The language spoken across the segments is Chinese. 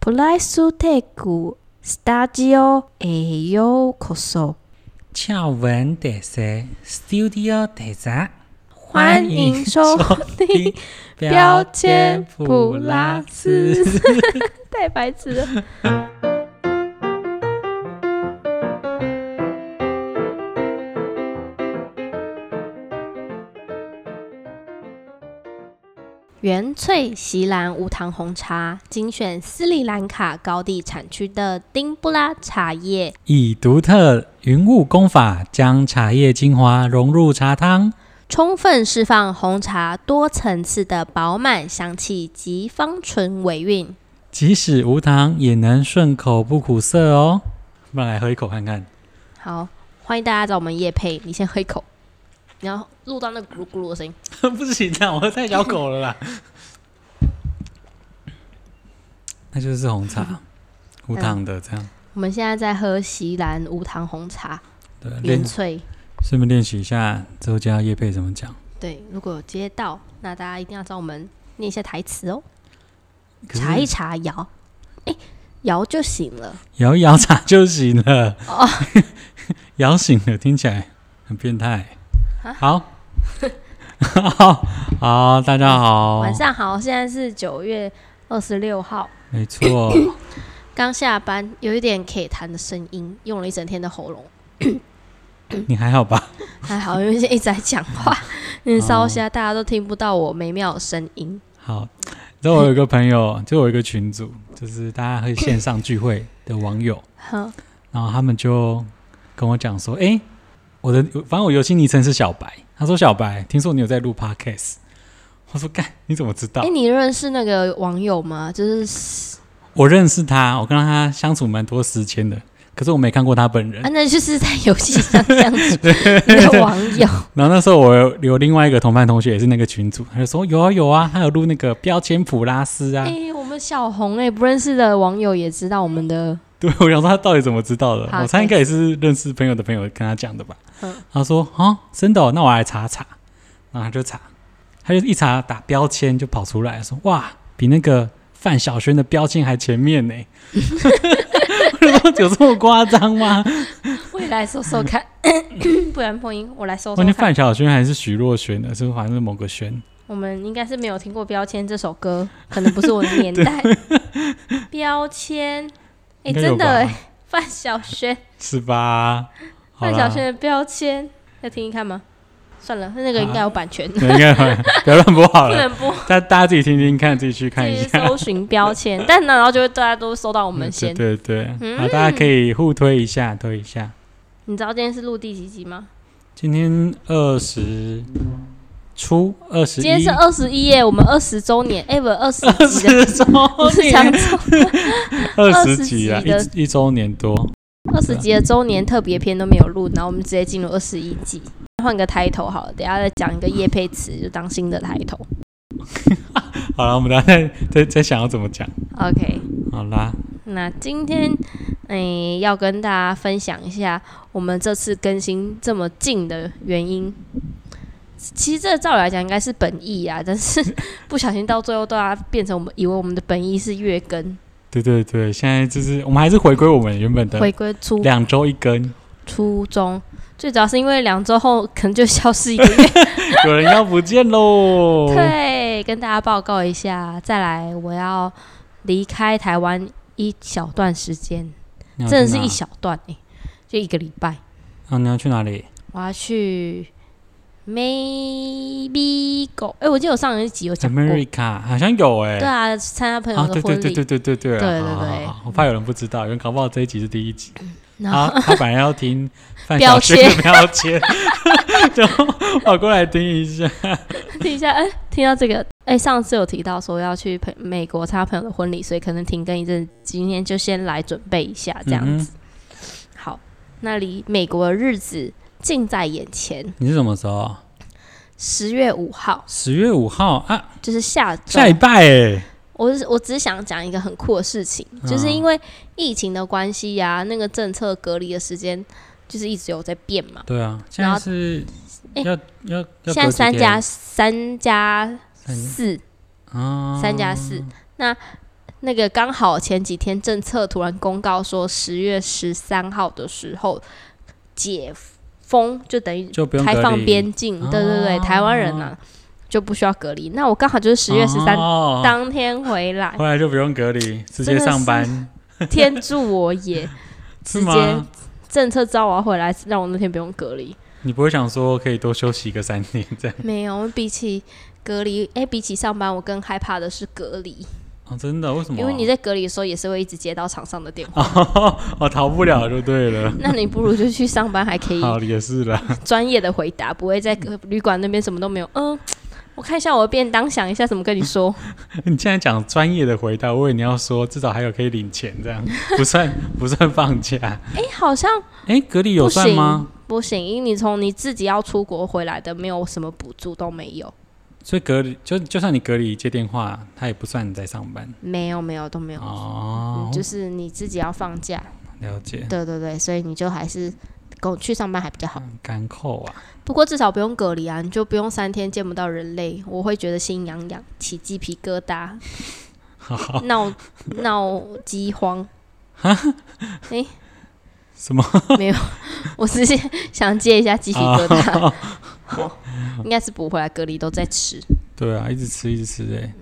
プライステイクスタジオへようこそ。俏文特色 Studio 特色，欢迎收听标签普拉斯。太白痴了。原萃席兰无糖红茶精选斯里兰卡高地产区的丁布拉茶叶，以独特云雾功法将茶叶精华融入茶汤。充分释放红茶多层次的饱满香气及芳醇尾韵。即使无糖也能顺口不苦涩哦。不然来喝一口看看。好，欢迎大家找我们叶配，你先喝一口，你要录到那个咕噜咕噜的声音。不行啊，我喝太小口了啦。那就是红茶，无糖的这样。我们现在在喝席兰无糖红茶，对，原练萃。顺便练习一下之后加叶配怎么讲。对，如果有接到，那大家一定要找我们念一下台词哦，可是查一查摇，哎、摇就行了。摇一摇茶 就行了。哦 摇醒了，听起来很变态。啊好， 好，好，大家好。晚上好，现在是九月二十六号，没 错，刚下班，有一点可以痰的声音，用了一整天的喉咙，你还好吧？还好，因为一直在讲 话，那烧虾大家都听不到我美妙的声 音。好。然后我有一个朋友，就我有一个群组，就是大家会线上聚会的网友，哼，然后他们就跟我讲说：“诶，我的反正我游戏昵称是小白。”他说：“小白，听说你有在录 podcast。”我说：“干，你怎么知道？”哎、你认识那个网友吗？就是我认识他，我跟他相处蛮多时间的，可是我没看过他本人。啊，那就是在游戏上这样 子的网 友，然后那时候我有有另外一个同班同学，也是那个群主，他就说有啊有啊，他有录那个标签普拉斯啊。哎、我们小红哎、不认识的网友也知道我们 的对，我想说他到底怎么知道的？ Podcast 我猜应该也是认识朋友的朋友跟他讲的吧。嗯他说啊，真的、哦，那我来查查。然后他就查，他就一查打标签就跑出来说，哇，比那个范晓萱的标签还前面呢。 我就说有这么夸张吗？未来搜搜 看， 不然破音，我来搜关搜键看。哦范晓萱还是徐若瑄的，是反正是某个萱。我们应该是没有听过《标签》这首 歌，可能不是我的年 代。标签，哎、应该有真的吧哎、范晓萱，是吧？好范啦晓萱，的标签，要听听看吗？算了，那个应该有版权，对应该不要乱播不好 了，能播。大大家自己听听看，自己去看 自一己下。搜寻标签，但然后就会大家都搜到我们对先。对对，嗯好，大家可以互推一下，推一下。你知道今天是录第几集吗？今天二十出二十今天一是，二十一耶，我们二十周年，哎、不，二十二集的，十周 不是年，讲错，二十集啊， 20集的一一周年多。二十集的周年特别篇都没有录，然后我们直接进入二十一集，换个抬头好了，等一下再讲一个叶配词，就当新的抬头。好了，我们大家再再再想要怎么讲。 OK，好啦，那今天诶、要跟大家分享一下我们这次更新这么近的原因。其实这照理来讲应该是本意啊，但是 不小心到最后都要变成我们以为我们的本意是月更，对对对，现在就是我们还是回归我们原本的回归初两周一更。初衷。最主要是因为两周后可能就消失一个月。！有人要不见喽对，跟大家报告一下。再来，我要离开台湾一小段时间，你要去真的是哪一小段诶、就一个礼拜。啊！你要去哪里？我要去 Maybe Go，哎、我记得我上一集有讲过， America 好像有哎、对啊，参加朋友啊，的对婚对礼，对对对对对啊，对对好好对好好我怕有人不知道，有人搞不好这一集是第一集，然后他他本来要听范晓萱的标签， 就跑过来听一下，听一下，哎、听到这个，哎、上次有提到说要去朋美国参加朋友的婚礼，所以可能停更一阵，今天就先来准备一下这样嗯哼子。好，那离美国的日子近在眼前，你是什么时候？十月五号十月五号啊，就是下周下礼拜哎、欸，我是我只是想讲一个很酷的事情，嗯就是因为疫情的关系呀、那个政策隔离的时间就是一直有在变嘛。对啊，现然后在是哎要、要要隔现在几三天加三加三四，啊三加四。那那个刚好前几天政策突然公告说，十月十三号的时候解封，就等于就不用开隔放离边境。对对对，台湾人啊就不需要隔离。那我刚好就是十月十三哦当天回来，回来就不用隔离，直真接的上是班，天助我也，哦是直接吗？政策招我要回来，让我那天不用隔离。你不会想说可以多休息个三天这样？没有，比起隔离，哎、比起上班，我更害怕的是隔离，哦，真的？为什么？因为你在隔离的时候也是会一直接到厂商的电话， 哦，我逃不了就对了。那你不如就去上班，还可以好，也是啦。 专业的回答，不会在隔旅馆那边什么都没有。嗯，我看一下我的便当，想一下怎么跟你 说。你竟然讲专业的回答，我以为你要说至少还有可以领钱这样， 不算不算 放假。哎、好像哎，隔离有不算行吗？，不行，因为你从你自己要出国回来的，没有什么补助都没有，所以隔离就就算你隔离接电话，他也不算你在上班。没有，没有，都没有。哦嗯嗯，就是你自己要放假，了解。对对对，所以你就还是跟我去上班还比较好。嗯干扣啊，不过至少不用隔离啊，你就不用三天见不到人类，我会觉得心痒痒、起鸡皮疙瘩、好闹闹饥荒。什么？我只是想借一下鸡皮疙瘩。好，应该是不会啊，隔离都在吃。对啊，一直吃一直吃哎、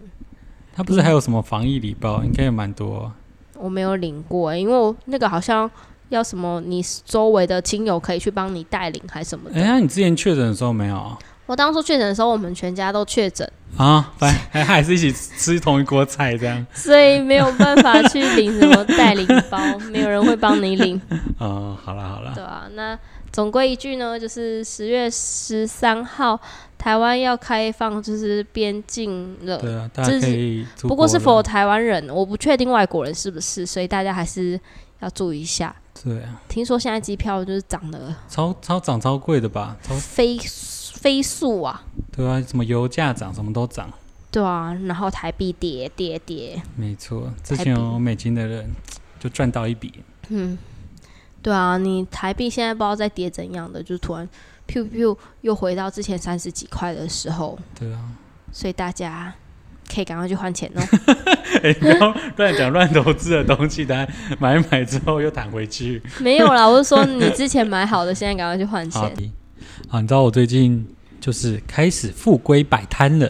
他不是还有什么防疫礼包？应该也蛮多、我没有领过、因为我那个好像要什么，你周围的亲友可以去帮你带领还是什么的。哎、那你之前确诊的时候没有我当初确诊的时候，我们全家都确诊，啊？反还 还是一起吃同一锅菜这样？所以没有办法去领什么带领包，没有人会帮你领。哦，好啦好啦， 对啊，那总归一句呢，就是十月十三号台湾要开放，就是边境了。对啊，大家可以出不过是否国了台湾人，我不确定外国人是不是，所以大家还是要注意一下。对啊，听说现在机票就是涨得超超涨超贵的吧？超飞飞速啊，对啊，什么油价涨，什么都涨，对啊，然后台币跌跌跌，没错。之台前币有美金的人就赚到一笔，嗯，对啊，你台币现在不知道在跌怎样的，就突然 p u 又回到之前三十几块的时候，对啊。所以大家可以赶快去换钱哦。 哎、你不 要乱讲乱投资的东西，等下买一买之后又弹回去。 没有啦，我是说你之前买好的，现在赶快去换好钱。的，啊，你知道我最近就是开始复归摆摊了，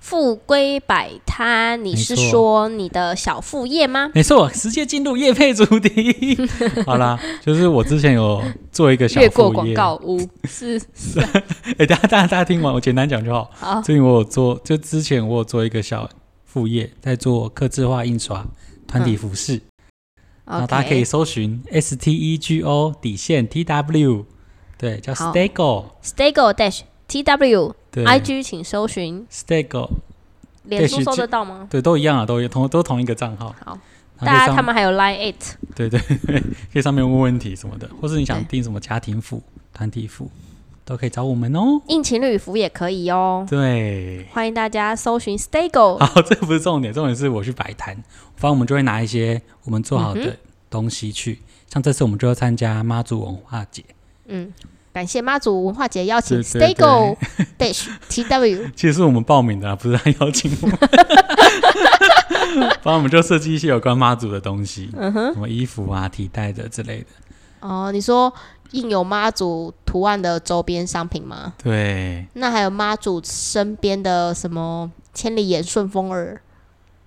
富贵摆摊，你是没错说你的小副业吗？没错，直接进入夜配主 题。好啦，就是我之前有做一个小越过副广业，告屋是 哎、大家大家大家听完，我简单讲就好。好，最近我有做，就之前我有做一个小副业，在做刻字化印刷、团体服饰，然后 OK 大家可以搜寻 S T E G O 底线 T W，对，叫好 Stego， Stego Dash T W 对 I G 请搜寻， Stego，脸书 Dash 搜得到吗？对，都一样啊，都一同都同一个账号。好，然后可以大家上他们还有 Line It，对 对，对，可以上面问问题什么的，或是你想对订什么家庭服、团体服，都可以找我们哦。应勤旅服也可以哦。对，欢迎大家搜寻 Stego，好， 这不是重点，重点是我去摆摊，反正我们就会拿一些我们做嗯好的东西去，像这次我们就要参加妈祖文化节，嗯，感谢妈祖文化节邀请对对对 Stego Dash T W，其实是我们报名的啦，不是他邀请我 们。反正我们就设计一些有关妈祖的东西，嗯什么衣服啊、提袋的之类的。哦，你说印有妈祖图案的周边商品吗？对，那还有妈祖身边的什么千里眼、顺风耳，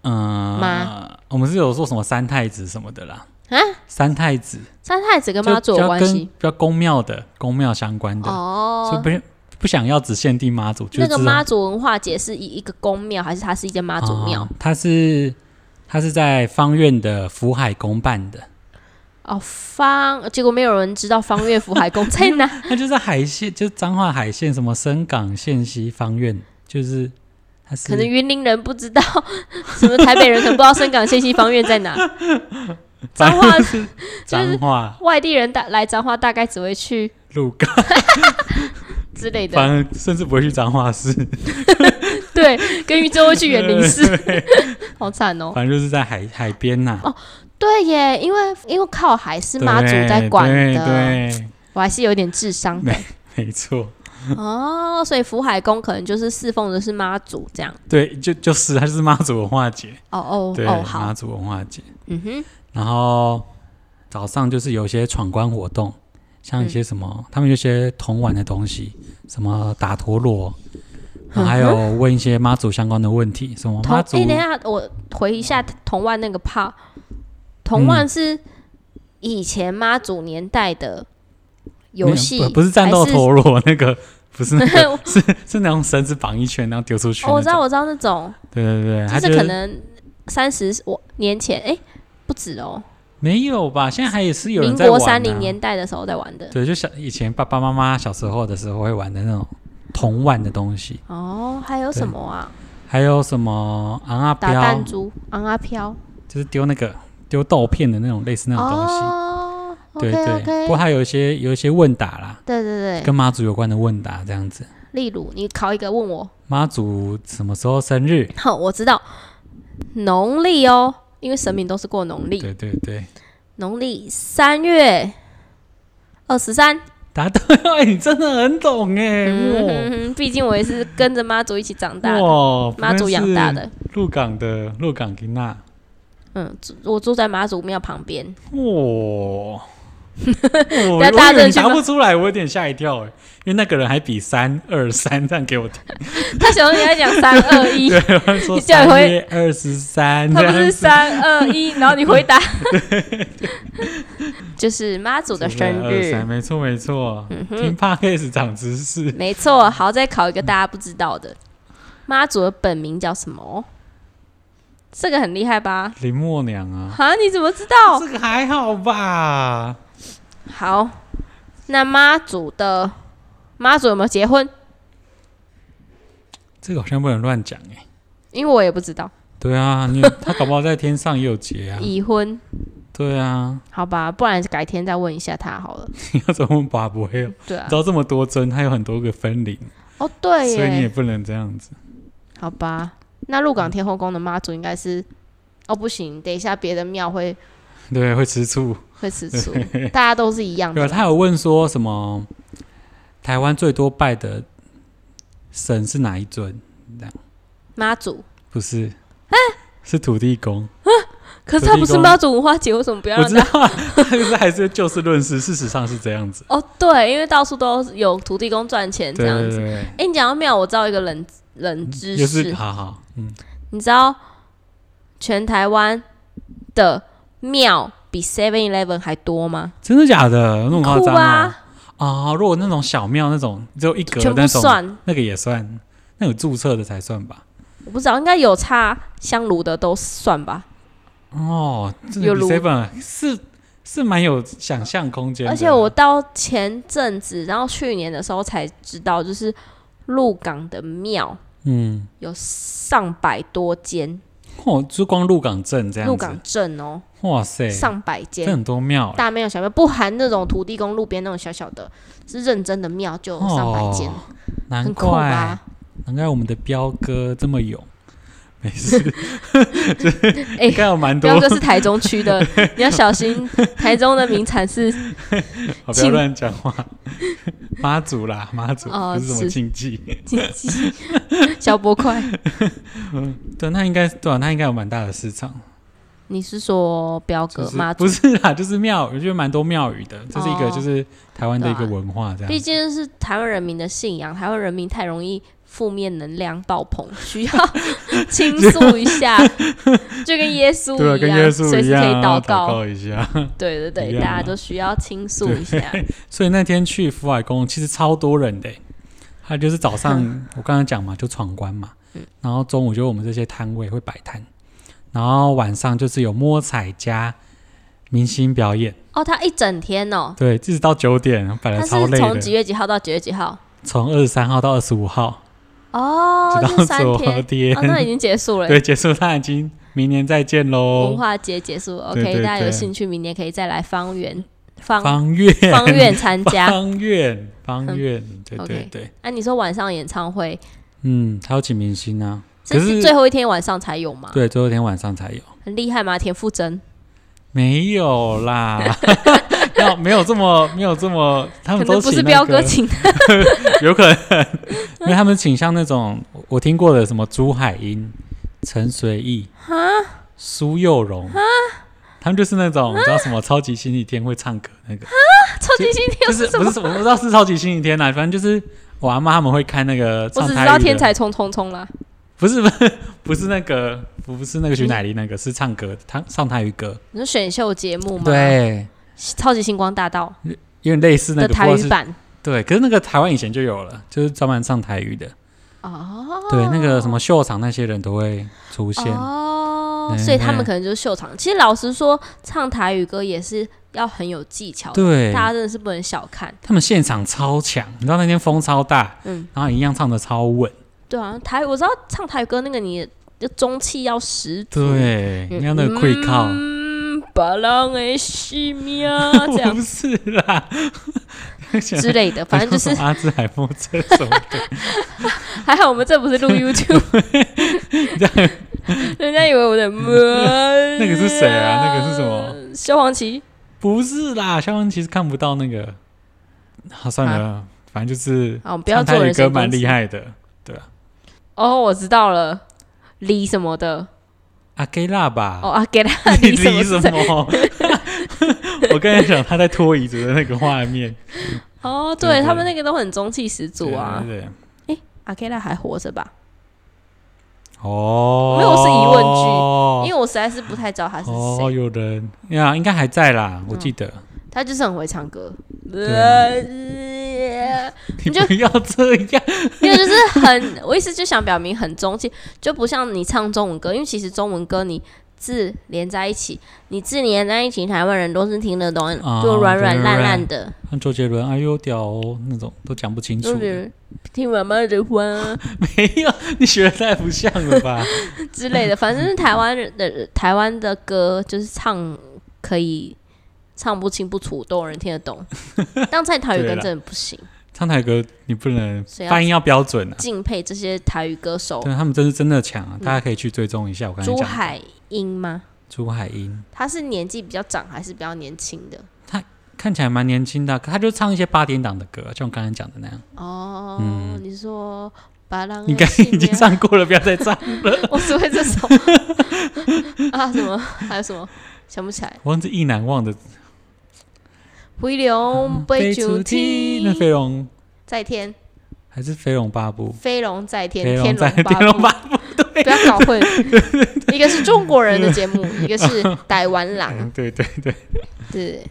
嗯、妈我们是有做什么三太子什么的啦，啊，三太子三太子跟就妈祖比有较关跟系比较宫庙的、宫庙相关的，所以哦。不是不想要只限定妈祖，就那是个知道妈祖文化节是一一个宫庙，还是它是一间妈祖庙？哦它是它是在方院的福海宫办的，哦，方结果没有人知道方月福海宫在 哪，它就是海线，就是彰化海线什么深港线西方院，就是它是可能云林人不知道，什么台北人可能不知道深港县西方院在 哪，反彰化正就是彰化外地人大来彰化大概只会去鹿港，之类的，反正甚至不会去彰 化市，对，跟于州会去园林市， 好惨哦。 反正就是在海海边呐、对耶，因为因为哦靠海是妈祖在管对的，对，我还是有点智商的。没错。 哦，所以福海宫可能就是侍奉的是妈祖这样。对，就就是它就是妈祖文化节，哦哦对，哦，妈好，祖文化节。嗯哼，然后早上就是有一些闯关活动，像一些什嗯么，他们有一些童玩的东西，什么打陀螺，嗯然后还有问一些妈祖相关的问题，什么同妈哎、祖嗯等一下，我回一下同万那个炮，同万是以前妈祖年代的没游有戏嗯不，不是战斗还是陀螺那个，不是 那个，是是那种绳子绑一圈然后丢出去、哦，我知道，，我知道那种，对对对，它就是是可能三十我年前，哎、不止哦，没有吧？现在还也是有人民在玩、国啊。三零年代的时候在玩的。对，就小以前爸爸妈妈小时候的时候会玩的那种童玩的东西，哦，还有什么啊？还有什么昂啊打标弹，珠、昂啊飘就是丢那个丢豆片的那种类似那种东西。哦对，OK 对 OK，不过它有一些有一些问答啦，对对对，跟妈祖有关的问答这样子。例如你考一个问我，妈祖什么时候生日？好，我知道农历哦，因为神明都是过农历，对对对，农历三月二十三。答对！哎，你真的很懂哎，嗯，哼 毕竟我也是跟着妈祖一起长大哇的，哇，不妈祖愧养是大的。鹿港的鹿港吉娜，嗯，住我住在妈祖庙旁边。 哇！我我大家以为真的你去答吗不出来，我有点吓一跳哎，因为那个人还比三二三这样给我听，他想说你要讲三二一， 对，他说你这样三会月二十三，他这不是样子三二 一，然后你回答，就是妈祖的生323日。没错没错，嗯哼听 podcast 长知识。 没错，好，再考一个大家不知道的，妈祖的本名叫什么？这个很厉害吧？林默娘啊，啊，你怎么知道？这个还好吧？好，那妈祖的妈祖有没有结婚？这个好像不能乱讲哎。因为我也不知道，对啊， 你他搞不好在天上也有结啊。已婚，对啊， 好吧，不然改天再问一下他好了。你要怎么问巴不会？对啊知，道这么多针，它有很多个分灵，哦对所以你也耶，不能这样子。好吧，那鹿港天后宫的妈祖应该是，哦不行，等一下别的庙会对，会吃醋。会吃 醋，大家都是一样对啊，的。他有问说什么台湾最多拜的神是哪一尊？妈祖，不是，啊是土地公。可是他不是妈祖文化节，为什么不要我让知他？道啊， 可是还是就事论事，事实上是这样子。哦对，因为到处都有土地公赚钱这对样对子。对哎、你讲到庙，我知道一个冷冷对，知就识，是好好，嗯，你知道全台湾的庙比 Seven Eleven 还多吗？真的假的？那么夸酷张啊？吧，啊，如果那种小庙那种只有一格全那部种，算，那个也算，那有注册的才算吧？我不知道，应该有差香炉的都算吧。哦，这有比炉 seven 是是蛮有想象空间的。而且我到前阵子，然后去年的时候才知道，就是鹿港的庙嗯，有上百多间，哦，就光鹿港镇这鹿样港子，镇哦，哇塞，上百这间。很多庙欸，大庙小庙不含那种土地公路边那种小小的，是认真的庙就有上百间，哦难很啊酷吧怪？难怪我们的彪哥这么勇。没事， 哎应该有蛮多彪，哥是台中区 的，你要小心，台中的名产是好不要庆乱讲话。妈祖啦，妈祖哦不是什么是禁忌。经济小波块。对，那应该对啊，那应该有蛮大的市场。你是说彪就哥是妈祖？不是啦，就是庙，我觉得蛮多庙宇的，这是一个哦就是台湾的一个对啊文化这样。毕竟是台湾人民的信仰，台湾人民太容易负面能量爆棚，需要倾诉一 下，就跟耶稣对啊，一跟样，耶稣随一时样可以啊，祷祷告。告一下。对对对，一样啊大家都需要倾诉一下。所以那天去福海宫，其实超多人的欸。他就是早上，嗯我刚刚讲嘛，就闯关嘛，然后中午就我们这些摊位会摆摊，然后晚上就是有摸彩加明星表演，哦，他一整天哦，对，一直到九点，摆他的是超累从几的，月几号到几月几号？从二十三号到二十五号，哦，直就到三昨天。天，哦，那 已经结束了。对，结束，他已经明年再见文喽。化节结束，OK，对对大家有对兴趣，明年可以再来方圆方方院，方院参加。方院，方院，对对 OK 对，那、你说晚上演唱会，嗯，还有请明星啊，这可是是最后一天晚上才有吗？对，最后一天晚上才有。很厉害吗？田馥甄，没有啦， 有没有这么没有这么，他可们能都不请是那彪哥个请的， 有可能，因为他们倾向那种我我听过的什么朱海英、陈随意、苏佑荣，他们就是那种你知道什么超级星期天会唱歌那个，超级星期就天是什不么？是我不知道是超级星期天啦，啊反正就是我阿妈他们会看那个我唱只知台道语的天才冲冲冲啦，不是不是不是那个不是那个徐乃麟那个是唱歌，他唱台语歌，你说选秀节目吗？，对，超级星光大道有点类似那的个，台不过语是版对，可是那个台湾以前就有了，就是专门唱台语的。哦，对，那个什么秀场那些人都会出现，哦，嗯所以他们嗯可能就是秀场。其实老实说，唱台语歌也是要很有技巧的，对，大家真的是不能小看。他们现场超强，你知道那天风超大，嗯，然后一样唱的超稳，对啊，台我知道唱台语歌那个你的中气要十足，对，嗯，你看那个 quick call，、嗯，巴浪的西命啊，这样 不是啦，之 类的，反正就是阿兹海默症什么的， 还好我们这不是录 YouTube，人家以为我的么？那那个是谁啊？那个是什么？么？萧煌奇，不是啦，肖恩其实看不到那个，好、算了，反正就是好，我们啊哦不要唱做台人语身歌攻蛮击厉害的，对啊，哦，我知道了，李什么的，阿给拉吧，哦啊，给他 你李什么离是什谁？么？ 我刚才讲他在拖椅子的那个画面，哦，对对对他们那个都很中气十足啊对。对对阿 K 拉还活着吧？哦，没有是疑问句问因为我实在是不太知道他是哦，谁，嗯有人呀，应该还在啦，我记得。他就是很会唱歌，你啊你就不要这样，因为就是很，我意思就想表明很中气，就不像你唱中文歌，因为其实中文歌你字连在一起，你字连在一起，台湾人都是听得懂，哦就软对软对烂对烂的，像周杰伦、哎呦屌哦那种都讲不清楚就的，比如听妈妈的话啊没有，你学的太不像了吧？ 之类的，反正是台湾人的台湾的歌就是唱可以唱不清不楚，都有人听得 懂，但在台语歌对啦真的不行，唱台歌你不能所以要发音要标准啊，敬佩这些台语歌手，对他们真是真的强啊，大家可以去追踪一下。我刚才朱讲的嗯海英吗？朱海英他是年纪比较长还是比较年轻的？看起来蛮年轻的，可他就唱一些八点档的歌，就像我刚才讲的那样。哦，嗯你说巴郎，你刚才已经，唱过了，不要再 唱，我只会这首 啊，什么还有什么想不起来？我忘记意难忘的回流杯酒飞出那飞天，龙在天，还是飞龙八部？飞龙在天，飞龙天在 天八龙部，八部，不要搞 混，一个是中国人的节目，一个是台湾嗯狼， 对对对。对，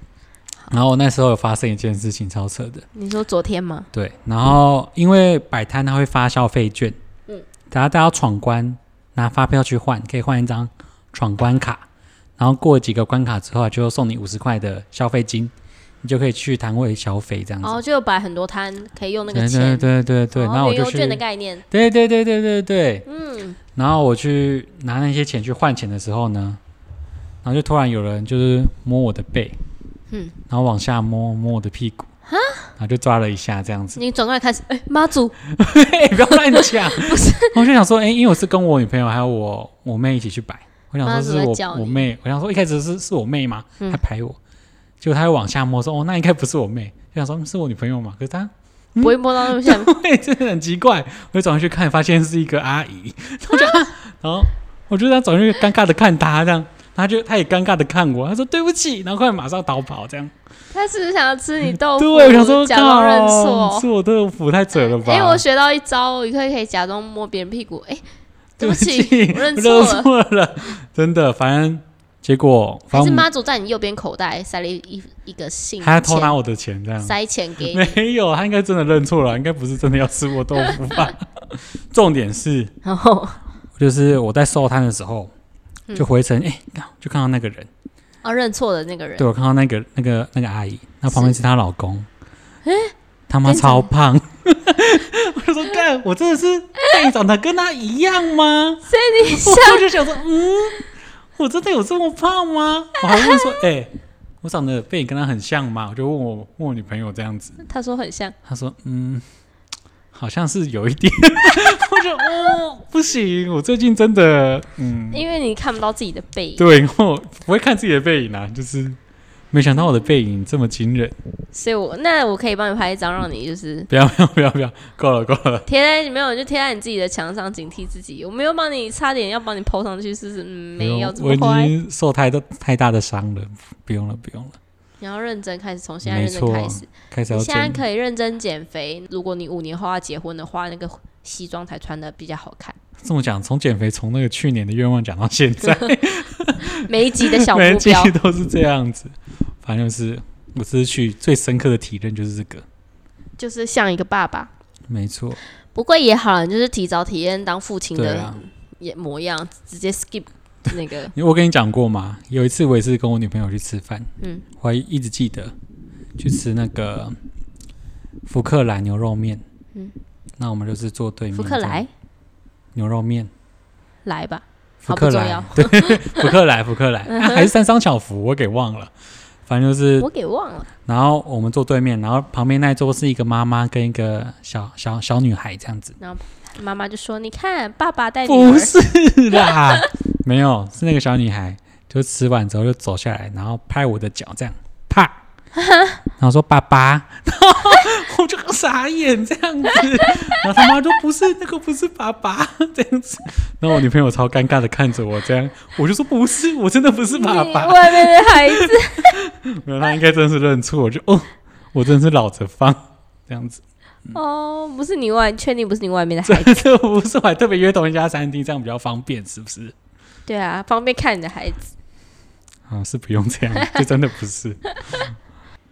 然后我那时候有发生一件事情，超扯的。你说昨天吗？对，然后因为摆摊它会发消费券，嗯嗯，等下大家闯关拿发票去换，可以换一张闯关卡，然后过几个关卡之后就送你五十块的消费金，你就可以去摊位消费这样然后子。就有摆很多摊，可以哦用那个对对钱，对对对，然后哦我旅就游去，券的概念，对对对对对对，嗯，然后我去拿那些钱去换钱的时候呢，然后就突然有人就是摸我的背，嗯嗯，然后往下摸摸我的屁股，然后就抓了一下 这样子。你转过来开始，哎，妈祖，嘿不要乱讲， 不是，我就想说，哎、因为我是跟我女朋友还有我我妹一起去摆，我想妈说祖是在我叫你我妹，我想说一开始是是我妹嘛，嗯她排我，结果她又往下摸，说哦那应该不是我妹，就想说嗯是我女朋友嘛，可是她嗯不会摸到那么下面。 对，真的很奇怪。我就转过去看，发现是一个阿姨， 然后就、啊、然后我就这样转过去，尴尬的看她这样，她就她也尴尬的看我，她说对不起，然后快点马上逃跑这样。他是不是想要吃你豆腐？对，我想说假装认靠，错。是我豆腐太扯了吧？哎、我学到一招，你可以可以假装摸别人屁股。 哎、对对不不起起，我认我错认了。错了，真的，反正结果还反是正妈祖在你右边口袋塞了一一一个信，他偷拿我的钱这样钱，塞钱给你。 没有，他应该真的认错了，应该不是真的要吃我豆腐吧？ 重点是，然后，就是我在收摊的时候，就回程，哎、就看到那个人。哦，认错的那个人，对，我看到那个那个那个阿姨，那旁边是是她老公，他妈跟你超长胖， 我就说干，我真的是看你长得跟她一样吗？所以你像我就想说，嗯，我真的有这么胖吗？我还问说，哎、我长得背影跟她很像吗？我就问我问我女朋友这样子，他说很像，她说，嗯，好像是有一点， 我就哦，不行，我最近真的，嗯， 因为你看不到自己的背影。对，我不会看自己的背影啊，就是没想到我的背影这么惊人。所以我那我可以帮你拍一张，让你就是不要 不要不要不要，够了够了，贴在没有你就贴在你自己的墙上，警惕自己。我没有帮你，差点要帮你 PO 上去，是不是？嗯，没有这我么已坏。经受太大太大的伤了，不用了不用了，你要认真开始，从现在没认真错开始。，开始要你现在整理。可以认真减肥。如果你五年后要结婚的话，那个西装才穿的比较好看。这么讲，从减肥从那个去年的愿望讲到现在，每一集的小 每目一季标，都是这样子。反正就是我这次去最深刻的体认就是这个，就是像一个爸爸。没错，不过也好了，你就是提早体验当父亲对的啊。也模样，直接 skip 那 个因为我跟你讲过嘛，有一次我也是跟我女朋友去吃饭，嗯，我还一直记得去吃那个福克兰牛肉面，嗯，那我们就是坐对面福克这样来牛肉面，来吧，福好克哦不重莱要，对， 福克莱，福 克莱、啊还是三商巧福，我给忘了，反正就是我给忘了。然后我们坐对面，然后旁边那一桌是一个妈妈跟一个小小小女孩这样子，妈妈就说：“你看，爸爸带女不儿。是啦，没有，是那个小女孩，就吃完之后就走下来，然后拍我的脚这样，啪， 然后说爸爸，然后我就傻眼这样子，然后他妈就不是那个不是爸爸这样子，然后我女朋友超尴尬的看着我这样，我就说不是，我真的不是你爸爸，外面的孩 子，没有，她应该真是认错，我就哦，我真是老着放这样子。 哦，不是你外，确定不是你外面的孩这子？ 这不是我还特别约同一家餐厅，这样比较方便，是 不是？对啊，方便看你的孩子。啊，是不用这样，就真的不是。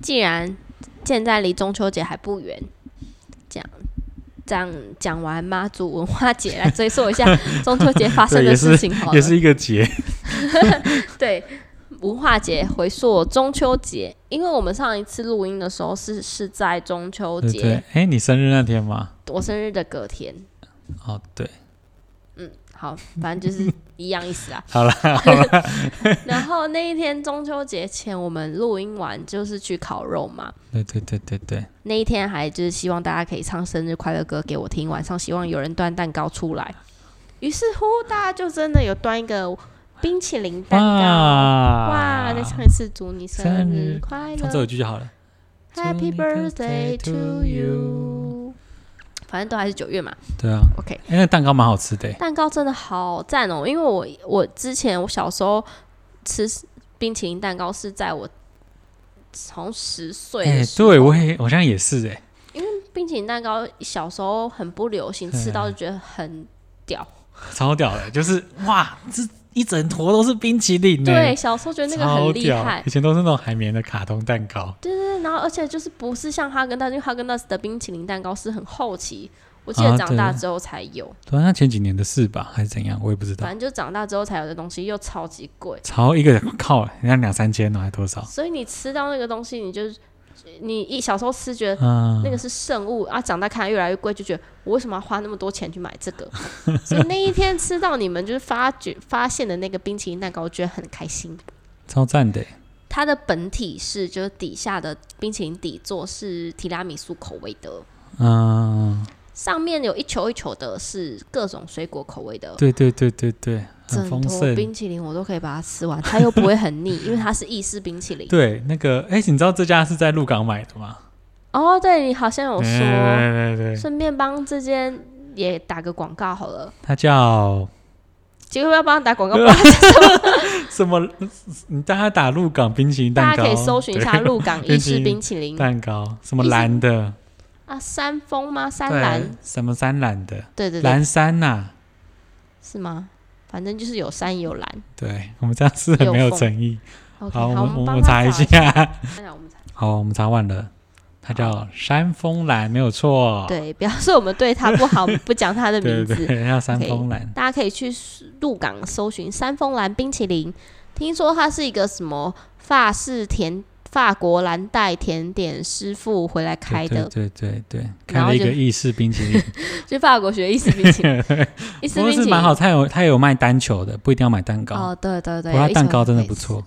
既然现在离中秋节还不远，这样这样讲完妈祖文化节，来追溯一 下中秋节发生对的也事是情好了。也是一个节，对，文化节回溯中秋节，因为我们上一次录音的时候是是在中秋对节，对。哎、你生日那天吗？我生日的隔天。嗯哦，对，好，反正就是一样意思啊。好啦，然后那一天中秋节前，我们录音完就是去烤肉嘛。 对对对对对，那一天还就是希望大家可以唱生日快乐歌给我听，晚上希望有人端蛋糕出来。于是乎，大家就真的有端一个冰淇淋蛋糕。哇哇！再唱一次，祝你生生日日快唱这乐首句就好了。 ，Happy birthday birthday to to you。反正都还是九月嘛对啊， ，OK。哎、那蛋糕蛮好吃的、蛋糕真的好赞哦！因为我我之前我小时候吃冰淇淋蛋糕是在我从十岁哎、的时候，对我也，我现在也是哎、冰淇淋蛋糕小时候很不流行，对啊吃到就觉得很嗯屌。超屌的，就是哇，这一整坨都是冰淇淋、欸，对，，小时候觉得那个超很厉屌害。以前都是那种海绵的卡通蛋糕，对对对，然后而且就是不是像哈根达斯，因为哈根达斯的冰淇淋蛋糕是很后期，我记得啊长大对之后才有，对啊，那前几年的事吧，还是怎样，我也不知道反。正就长大之后才有的东西，又超级贵。超一个靠，人家两三千呢，还多少？所以你吃到那个东西，你就是你一小时候吃觉得嗯，那个是圣物啊，长大看越来越贵，就觉得我为什么要花那么多钱去买这 个？所以那一天吃到你们就是发觉发现的那个冰淇淋蛋糕，我觉得很开心。超赞的欸，它的本体是就是底下的冰淇淋底座是提拉米苏口味的，嗯，上面有一球一球的是各种水果口味的。对对对对对，很整丰坨盛。冰淇淋我都可以把它吃完，它又不会很 腻，因为它是意式冰淇淋。对，那个，哎，你知道这家是在鹿港买的吗？哦，对你好像有对 说，对对对，顺便帮这间也打个广告好了。它叫结果要帮他打广 告，什么？你大家打鹿港冰淇淋蛋大家糕，可以搜寻一下对鹿港意式冰淇淋 蛋糕，什么意思蓝的，啊，山峰吗？山对蓝，，什么山蓝的，对对对，蓝山呐。是吗？反正就是有山也有蓝。对我们这样是很没有诚意。 OK，好，我我们们我帮们他查一下，下。看一下我们查好，我们查完了，它叫山峰蓝，没有错。对，不要说我们对他不 好，不讲他的对名对字。对，叫山 OK 峰蓝。大家可以去鹿港搜寻山峰蓝冰淇淋，听说他是一个什么法式甜。法国蓝带甜点师傅回来开的，对对对对，开然后了一就个意式冰淇淋，去法国学意式冰淇淋， 意式不过冰淇是淋蛮好，它有它有卖单球的，不一定要买蛋糕。哦，对对对，不过有它一蛋球糕真的可以不吃错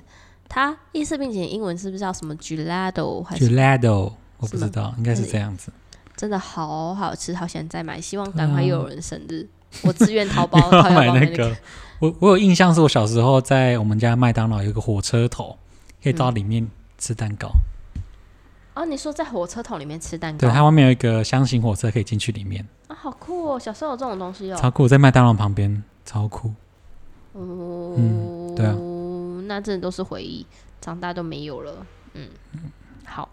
它意式冰淇淋英文是不是叫什么 gelato 还是，gelato 我不是吗知道，应该是还是这 样子。真的好好吃，好想再买，希望对啊赶快又有人生 日，我自愿淘宝又要淘宝 买那那个。个，嗯我我有印象是我小时候在我们家麦当劳有一个火车头，可以到里面吃蛋糕。哦，你说在火车桶里面吃蛋糕，对，它外面有一个箱型火车可以进去里面，啊，好酷哦！小时候有这种东西哦。超酷，在麦当劳旁边，超酷。哦、嗯对啊那真的都是回忆，长大都没有了。嗯，好，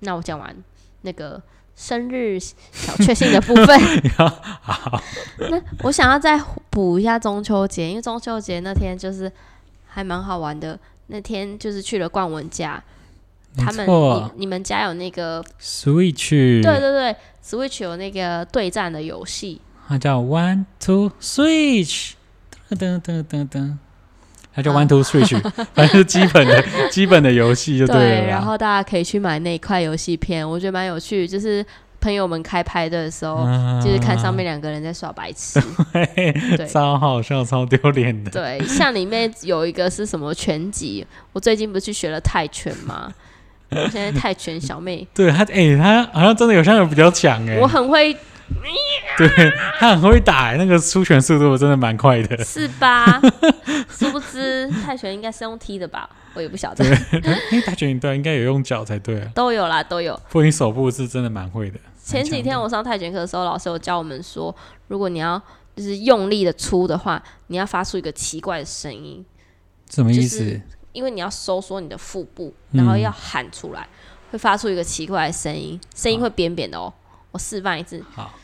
那我讲完那个生日小确幸的部 分。 那我想要再补一下中秋节，因为中秋节那天就是还蛮好玩的。那天就是去了冠文家，没他们错你你们家有那个，Switch，对对对，Switch 有那个对战的游戏，它叫 One Two Switch，噔噔噔噔，它叫 One Two Switch，反 正是基 本的基本的游戏就了啦。啊然后大家可以去买那一块游戏片，我觉得蛮有趣。就是朋友们开拍的时候，啊就是看上面两个人在耍白 痴。嘿对超好笑，超丢脸的。对，像里面有一个是什么拳击，我最近不是去学了泰拳吗？我现在泰拳小妹，对他，哎、他好像真的有像人比较强 哎、我很会对他很会打、欸，那个出拳速度真的蛮 快的。是 吧？殊不知泰拳应该是用踢的吧，我也不晓得，哎、打拳对，应该有用脚才对啊，都有啦，都有。不过你手部是真的蛮会的。前几天我上泰拳课的时候，老师有教我们说，如果你要就是用力的出的话，你要发出一个奇怪的声音，什么就意是思？ 因为你要收缩你的腹部，嗯然后要喊出来，会发出一个奇怪的声音，声音会扁扁的哦。我示范一次，好，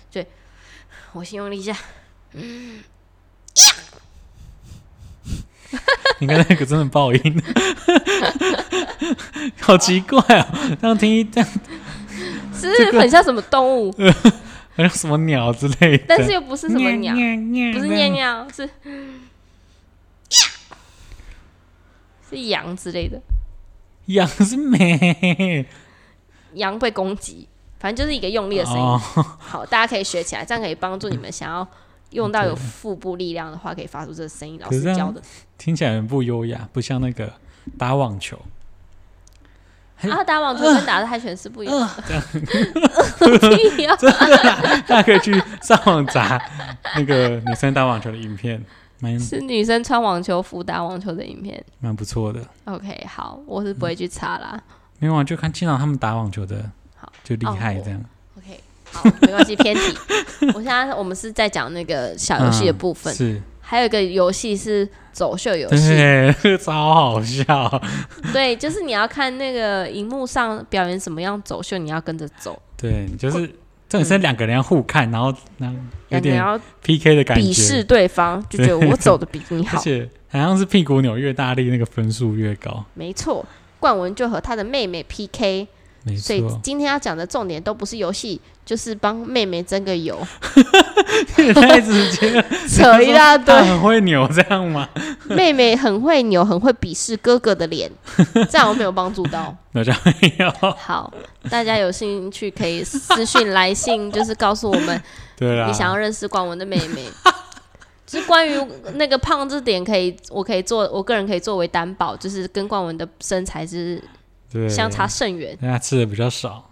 我先用力一下，你刚才那个真的爆音， 好奇怪哦！这样听一这样，是不是很像什么动 物？好像什么鸟之类的。但是又不是什么 鸟，不不是念。念，是是羊之类的，羊是美羊被攻击，反正就是一个用力的声音。哦，好，大家可以学起来，这样可以帮助 你们想要用到有腹部力量的话，可以发出这个声音。老可师是这样教的听起来很不优雅，不像那个打网球。还啊，打网球跟打泰拳是不一样啊的。 屁呀真的啦， 大家可以去上网查那个女生打网球的影片，蛮是女生穿网球服打网球的影片。蛮不错的。 OK，好，我是不会去查啦。没有啊，就看见到他们打网球的好，就厉害哦这样。 OK，好，没关系，偏题。我现在我们是在讲那个小游戏的部分嗯，是，还有一个游戏是走秀游戏。对， 超好笑。 对，就是你要看那个荧幕上表演什么样走秀，你要跟着走，对，哦就是这点是两个人要互看，然后然后然有后你点要 PK 的感鄙觉视，对方，就觉得我走的比你 而好。且好像是屁股扭越大力，那个分数越高。没错，冠文就和他的妹妹 PK，没所以错，今天要讲的重点都不是游戏，就是帮妹妹争个油，也 太直接了， 扯一大他堆。很会扭这样吗？ 妹妹很会扭，很会鄙视哥哥的 脸，这样我没有帮助到。那这样没有，好，大家有兴趣可以私信来信，就是告诉我们 对啊啦，你想要认识冠文的妹妹。 就是关于那个胖这点，可以我可以做，我个人可以作为担保，就是跟冠文的身材是对相差甚远。但他吃的比较少，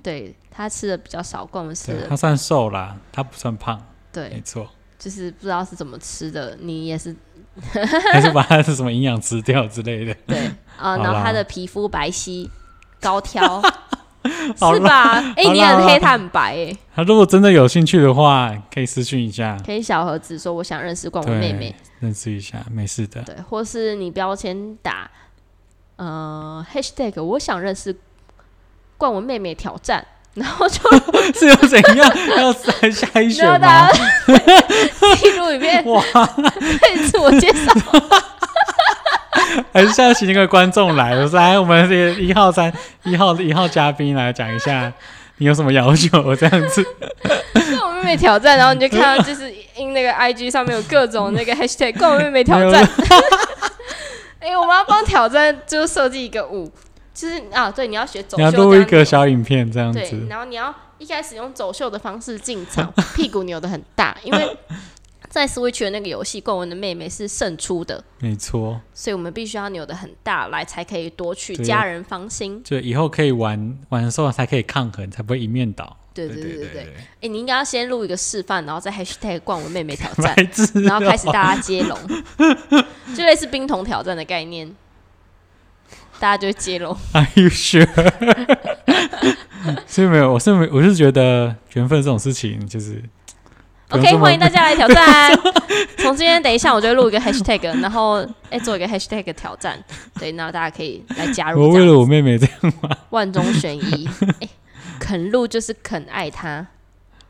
对他吃的比较少，冠文吃对的他算瘦啦，他不算胖，没对，错， 就是不知道是怎么吃的，你也是还是把他的什么营养吃掉之类的， 对啊、好啦然后他的皮肤白皙、高 挑，好是吧？哎、好啦你很黑，他很白、哎，他如果真的有兴趣的话，可以私讯一下，可以小盒子哦说我想认识冠对，文妹妹，认识一下，没事的，对，或是你标签打呃 hashtag 我想认识冠文妹妹挑战，然后就 是又怎样？ 要再下一选然后 大？吗 家记录里面哇， 可以自我介绍，还是下请那个观众来， 我说来我们这个一号三一号一号嘉宾来讲一下，你有什么要求？这 样子，冠文妹妹挑战，然后你就看到 就是因那个 IG 上面有各种那个 hashtag 冠文妹妹挑战。 哎、我们要帮挑战就是设计一个舞，就是啊，对，你要学走秀你要这样录一个扭小影片这样对，子，然后你要一开始用走秀的方式进 场，屁股扭得很大，因为在 Switch 的那个游戏，冠文的妹妹是胜出的，没错。所以我们必须要扭得很大来，才可以夺取对家人芳心。就以后可以玩玩的时候才可以抗衡，才不会一面倒。对对对对对，哎、你应该要先录一个示范，然后再 hashtag 冠文妹妹挑战白，痴、哦然后 开始大家接龙，就类似冰桶挑战的概念。大家就会接龙。 Are you sure？所以没有，我是没，我是觉得缘分这种事情就是不用 OK，这么欢迎大家来挑战。从今天等一下，我就会录一个 hashtag，然后哎、做一个 hashtag 挑战，对，然后大家可以来加入我这为样。了我妹妹这样。万中选一，哎、肯录就是肯爱他。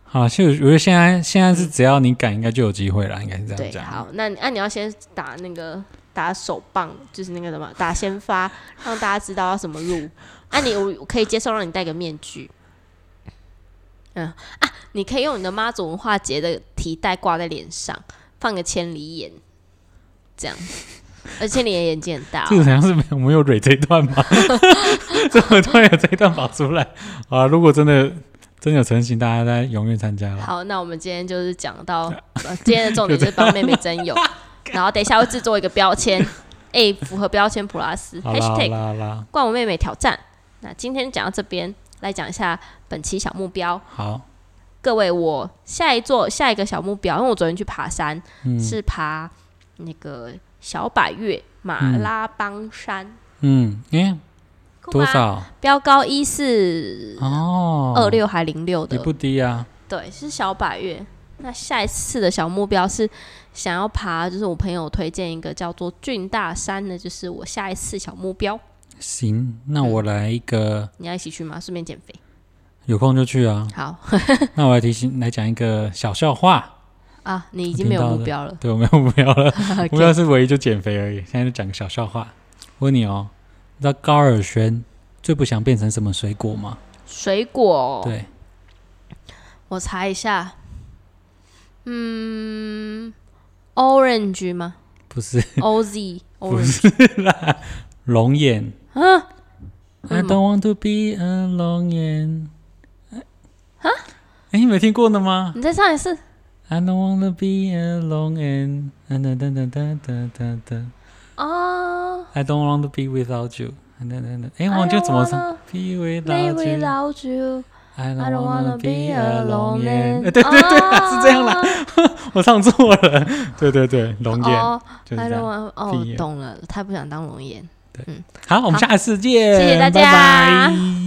好，其实我觉得现在现在是只要你敢，应该就有机会了，应该是这样对，讲。好，那你那、你要先打那个打手棒，就是那个什么打先发，让大家知道要怎么录。啊你，我我可以接受让你戴个面具。嗯啊，你可以用你的妈祖文化节的提带挂在脸上，放个千里眼，这样。而且你的眼睛很大、这个哦，好像是没有我们有蕊这一段 吗？怎么突然有这一段跑出来？啊，如果真的真的有成型，大家再踊跃参加了。好，那我们今天就是讲到， 呃今天的重点是帮妹妹增友，然后等一下会制作一个标签，哎、符合标签普拉斯好啦好 #hashtag 啦好啦，怪我妹妹挑战。那今天讲到这边，来讲一下本期小目标。好，各位，我下一座下一个小目标，因为我昨天去爬山，嗯是爬那个小百岳马拉邦山，嗯，诶、酷多吗？少？标高一四哦，二六还零六也的，不低啊。对，是小百岳。那下一次的小目标是想要爬，就是我朋友推荐一个叫做俊大山的，就是我下一次小目标。行，那嗯我来一个，你要一起去吗？顺便减肥。有空就去啊。好那我来提醒来讲一个小笑话，啊，你已经没有听到目了标了。 对我没有目标了， OK 目标是唯一就减肥而已。现在就讲个小笑话，问你哦，你知道高尔宣最不想变成什么水果吗？水果，对，我查一下，嗯，orange 吗不是？OZ 不 orange 是啦，龙眼。啊， I 为什么 don't want to be a 龙眼。哎，你没听过的吗你再唱一次， ？I don't want to be a 龙眼。哒哒哒哒哒哒哒。啊 I don't want to be without you。等等等等，哎，我忘记怎么唱。Be Lay without you。 without you, I I don't don't wanna wanna be 啊 be a a lonely. lonely。哎，对 对对啦，是这样啦，啦。我唱错了。 对对对，龙眼哦就是，I 这 don't 样。 want，闭哦，眼懂了，他不想当龙眼。好，我们下次见，谢谢大拜家拜